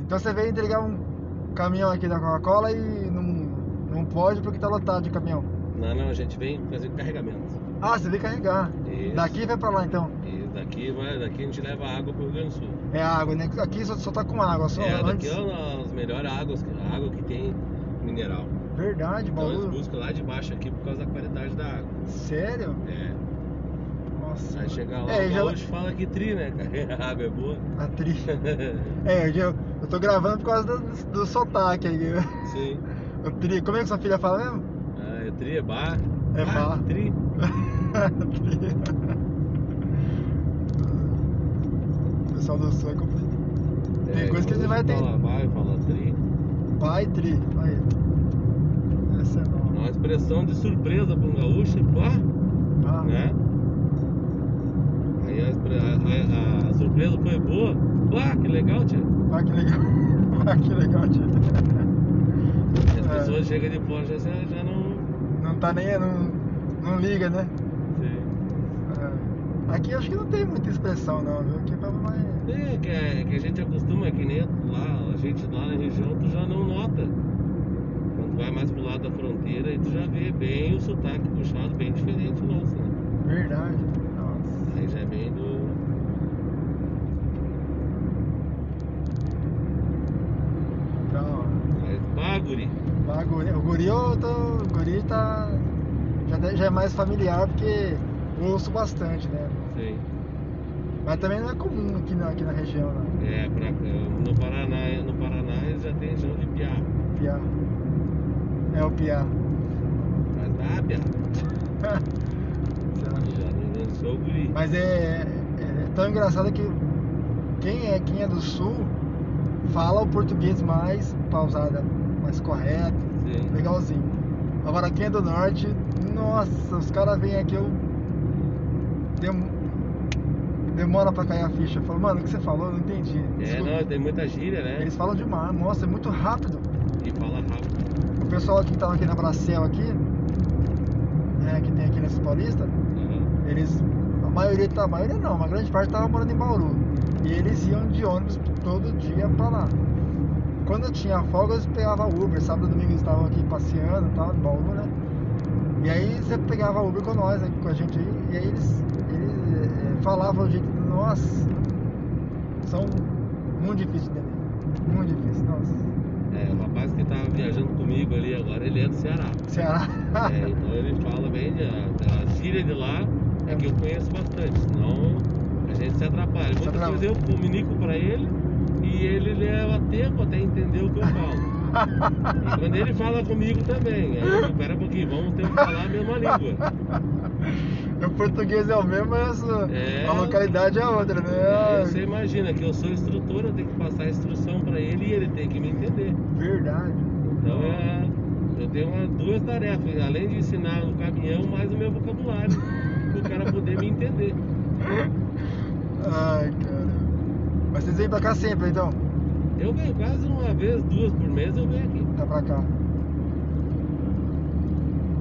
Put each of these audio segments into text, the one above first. Então você veio entregar um caminhão aqui da Coca-Cola e não, não pode porque tá lotado de caminhão. Não, não, a gente vem fazer o carregamento. Ah, você veio carregar. Isso. Daqui vai pra lá então. E daqui, vai, daqui a gente leva água pro Rio Grande do Sul. É água, né? Aqui só, só tá com água, só é, daqui antes. é uma das melhores águas, a água que tem mineral. Verdade, Então eles baú. buscam lá de baixo aqui por causa da qualidade da água. Sério? É. Nossa. Aí chega lá, É, o já- gaúcho fala que tri, né, cara? A água é boa. A tri. É, eu, eu tô gravando por causa do, do sotaque aí. Sim. O tri. Como é que sua filha fala mesmo? Ah, é tri, é bar. É Ah, bar. Tri. tri. O pessoal do sul é complicado. Tem coisa que ele gaúcho vai ter. Fala bar, fala "Ah, tri. Pai tri. Aí. Essa é É nova. uma expressão de surpresa pra um gaúcho, pá, Ah, né? Aí a, expre- a- a- a surpresa foi boa. Pá, que legal, tia. ah, que legal. Ah, que legal, tio. E as É. pessoas chegam de fora já, já já não. Não tá nem. Não, não liga, né? Sim. É. Aqui acho que não tem muita expressão, não, viu? Aqui é pra mais. É, que, é- que a gente acostuma, que nem lá, a gente lá na região, tu já não nota. Quando vai mais pro lado da fronteira, aí tu já vê bem o sotaque puxado, bem diferente nosso, né? Verdade. Nossa. Aí já vem do. Da hora. Aí, pá, guri. Ah, guri- O guri, eu tô, o guri tá, já, de- já é mais familiar porque eu ouço bastante, né? Sim. Mas também não é comum aqui na, aqui na região, não. É, pra, no Paraná, no Paraná eles já tem região de piá. Piá. É o Piá. Mas dá, piá. Sei lá. Já não sou guri. Mas é, é- é tão engraçado que quem é, quem é do sul fala o português mais pausada, mais correto, Sim. legalzinho. Agora quem é do norte, nossa, os caras vêm aqui, eu. Dem... Demora pra cair a ficha. Eu falo, mano, o que você falou? Eu não entendi. É, Desculpa. não, tem muita gíria, né? Eles falam demais, nossa, é muito rápido. E fala rápido. O pessoal que tava aqui na Bracel aqui, né, que tem aqui nesse Paulista, Aham. eles. A maioria, tá- a maioria não, uma grande parte tava morando em Bauru. E eles iam de ônibus todo dia pra lá. Quando eu tinha folga, eu pegava Uber. Sábado e domingo eles estavam aqui passeando e tal, em Bauru, né? E aí você pegava Uber com nós, né, com a gente aí. E aí eles, eles eh, falavam o jeito de nós. São muito difícil de entender. Muito difícil, nossa. É, o rapaz que tava viajando comigo ali agora, ele é do Ceará. Ceará. É, então ele fala bem de, a, a gíria de lá, é que eu conheço bastante, senão a gente se atrapalha. Se Muitas atrapalha. vezes eu comunico pra ele e ele leva tempo até entender o que eu falo. E quando ele fala comigo também, aí eu digo, pera um pouquinho, vamos ter que falar a mesma língua. o português é o mesmo, mas a- É. a localidade é outra, Aí né? Você imagina que eu sou instrutor, eu tenho que passar a instrução pra ele e ele tem que me entender. Verdade. Então é, eu tenho uma- duas tarefas, além de ensinar o caminhão, mais o meu vocabulário, para o cara poder me entender. Ai, cara. Mas vocês vêm pra cá sempre, então? Eu venho quase uma vez, duas por mês, eu venho aqui. Tá pra cá.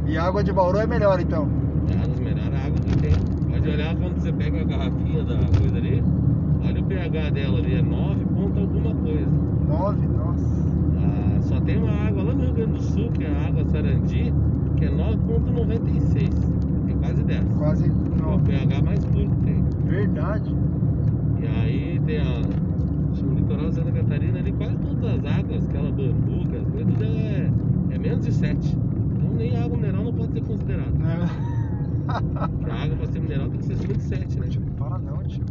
E a água de Bauru é melhor, então? É uma das melhores águas que tem. Pode olhar quando você pega a garrafinha da coisa ali. Olha o pH dela ali, é 9 ponto alguma coisa. Nove? Nossa. Ah, só tem uma água lá no Rio Grande do Sul, que é a água Sarandi, que é 9.96. É quase 10. Quase É o nove. pH mais puro que tem. Verdade. E aí tem a. O litoral de Santa Catarina ali, quase todas as águas, aquela bambuca, as coisas, tudo é, é menos de 7. Então nem água mineral não pode ser considerada. Né? É. Porque a água pra ser mineral tem que ser acima de 7, né? Não Fala não, tio.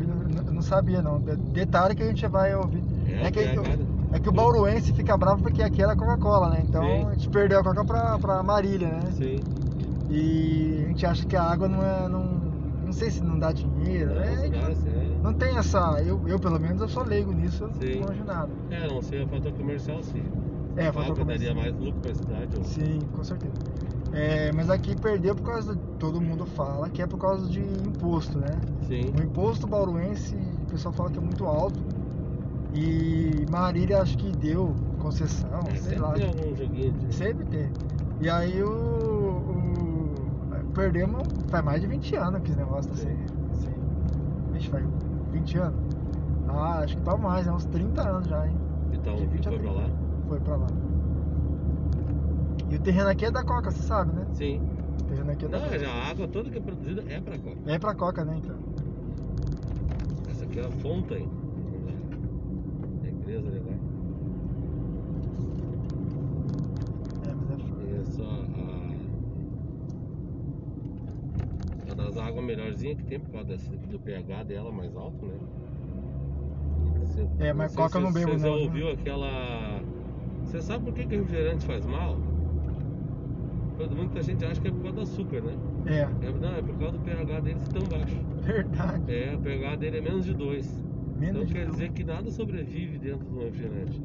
Eu não- eu não sabia, não. De- Detalhe que a gente vai ouvir. É, que, é, cara. é que o bauruense fica bravo porque aqui era Coca-Cola, né? Então Sim. a gente perdeu a Coca pra, pra Marília, né? Sim. E a gente acha que a água não é. Não, não sei se não dá dinheiro. Não, né? se dá, se é. Não tem essa. Eu, eu, pelo menos, eu sou leigo nisso, eu Sim. não manjo nada. É, não sei, o fator comercial sim. É, a fator água daria comercial. mais lucro pra cidade. ou- Sim, com certeza. É, mas aqui perdeu por causa. do- Todo mundo fala que é por causa de imposto, né? Sim. O imposto bauruense, o pessoal fala que é muito alto. E Marília acho que deu concessão, É, sei sempre lá. tem algum joguinho de. Sempre tem. E aí o. o- perdemos faz mais de 20 anos que esse negócio tá sem. sem- Vixe, faz 20 anos? Ah, acho que tá mais, né? Uns 30 anos já, hein? Então, De 20 a foi pra lá? Foi pra lá. E o terreno aqui é da Coca, você sabe, né? Sim. O terreno aqui é da Não, Coca. já a água toda que é produzida é pra coca. É pra Coca, né, então? Essa aqui é a Fontaine. A igreja ali né? lá. É, mas é foda. E essa a. É das águas melhorzinhas que tem por causa desse- do pH dela mais alto, né? Você- É, mas sei coca eu não bebo, Você já não, né? ouviu aquela. Você sabe por que, que refrigerante faz mal? Todo- Muita gente acha que é por causa do açúcar, né? É, É, não, é por causa do pH deles tão baixo. verdade. É, o pH dele é menos de 2. Então Menos de um quer tudo. dizer que nada sobrevive dentro do refrigerante.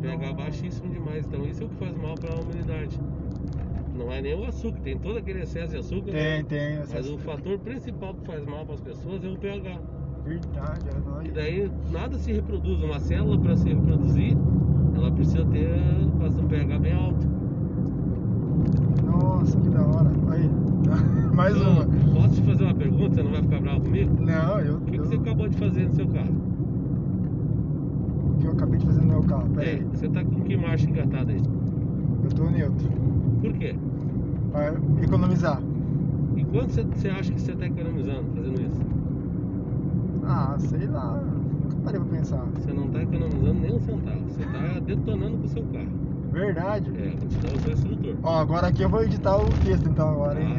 pH baixíssimo demais. Então isso é o que faz mal para a humanidade. Não é nem o açúcar, tem todo aquele excesso de açúcar. né? Tem, tem. Mas Essas... o fator principal que faz mal para as pessoas é o pH. Verdade, é E nóis. daí nada se reproduz. Uma célula para se reproduzir, ela precisa ter passa um pH bem alto. Nossa, que da hora. Aí, mais Então, uma. Posso te fazer uma pergunta? Você não vai ficar bravo comigo? Não, eu, O que, que eu, você acabou de fazer no seu carro? que eu acabei de fazer no meu carro. Pera É, aí. você tá com que marcha engatada aí? Eu tô neutro. Por quê? Pra economizar. E quanto você- você acha que você está economizando fazendo isso? Ah, sei lá. Nunca parei pra pensar. Você não está economizando nem um centavo. Você está detonando com o seu carro. Verdade. É, vou te dar o seu instrutor. Ó, agora aqui eu vou editar o texto então agora, hein? Hum.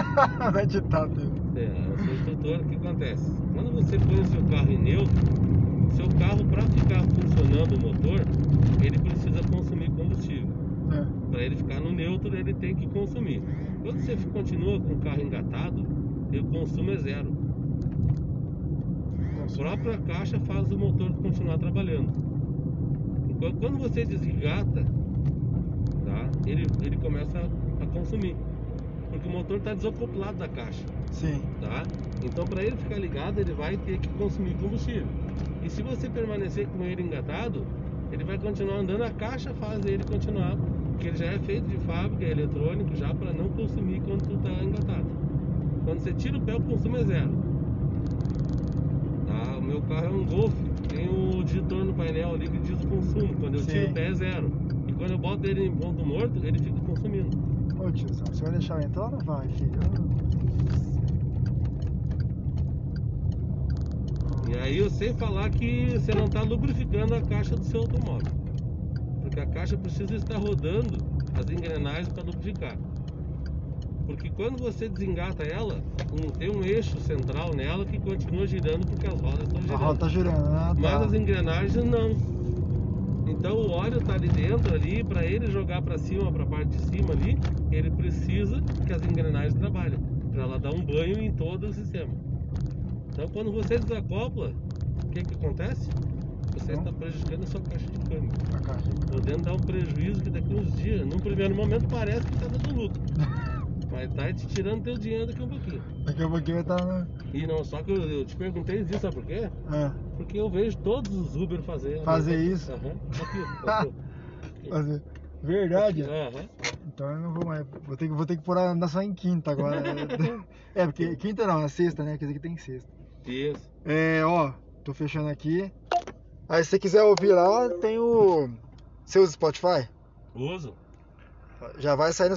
Vai editar o texto. É, o seu instrutor, o que acontece? Quando você põe o seu carro em neutro, seu carro, para ficar funcionando o motor, ele precisa consumir combustível. É. Para ele ficar no neutro, ele tem que consumir. Quando você continua com o carro engatado, o consumo é zero. A própria caixa faz o motor continuar trabalhando. Enquanto- Quando você desengata, tá? ele, ele começa a consumir. Porque o motor está desocuplado da caixa. Sim. Tá? Então, para ele ficar ligado, ele vai ter que consumir combustível. E se você permanecer com ele engatado, ele vai continuar andando, a caixa faz ele continuar. Porque ele já é feito de fábrica, é eletrônico, já para não consumir quando tu tá engatado. Quando você tira o pé, o consumo é zero. Tá? O meu carro é um Golf, tem o digitor no painel ali que diz o consumo. Quando eu tiro Sim. o pé, é zero. E quando eu boto ele em ponto morto, ele fica consumindo. Ô tiozão, você vai deixar eu entrar ou não vai, filho? E aí eu sei falar que você não está lubrificando a caixa do seu automóvel. Porque a caixa precisa estar rodando as engrenagens para lubrificar. Porque quando você desengata ela, um- tem um eixo central nela que continua girando porque as rodas estão A girando. roda tá girando, ah, tá. Mas as engrenagens não. Então o óleo tá ali dentro ali, para ele jogar para cima, para parte de cima ali, ele precisa que as engrenagens trabalhem, para ela dar um banho em todo o sistema. Então quando você desacopla, o que que acontece? Você Não. está prejudicando a sua caixa de câmbio, Tá A caixa. podendo dar um prejuízo que daqui uns dias, num primeiro momento parece que está dando lucro, mas tá te tirando teu dinheiro daqui a um pouquinho. Daqui a pouquinho vai estar. Tá... E não só que eu, eu te perguntei isso, sabe por quê? Ah, Porque eu vejo todos os Uber fazer. né? Fazer isso? Aham. Aqui, aqui. fazer. Verdade. Aham. Então eu não vou mais. Vou ter que, vou ter que pôr a andar só em quinta agora. é, porque quinta não, é sexta, né? Quer dizer que tem sexta. Isso. É, ó, tô fechando aqui. Aí se você quiser ouvir lá, tem o. Você usa Spotify? Uso. Já vai sair no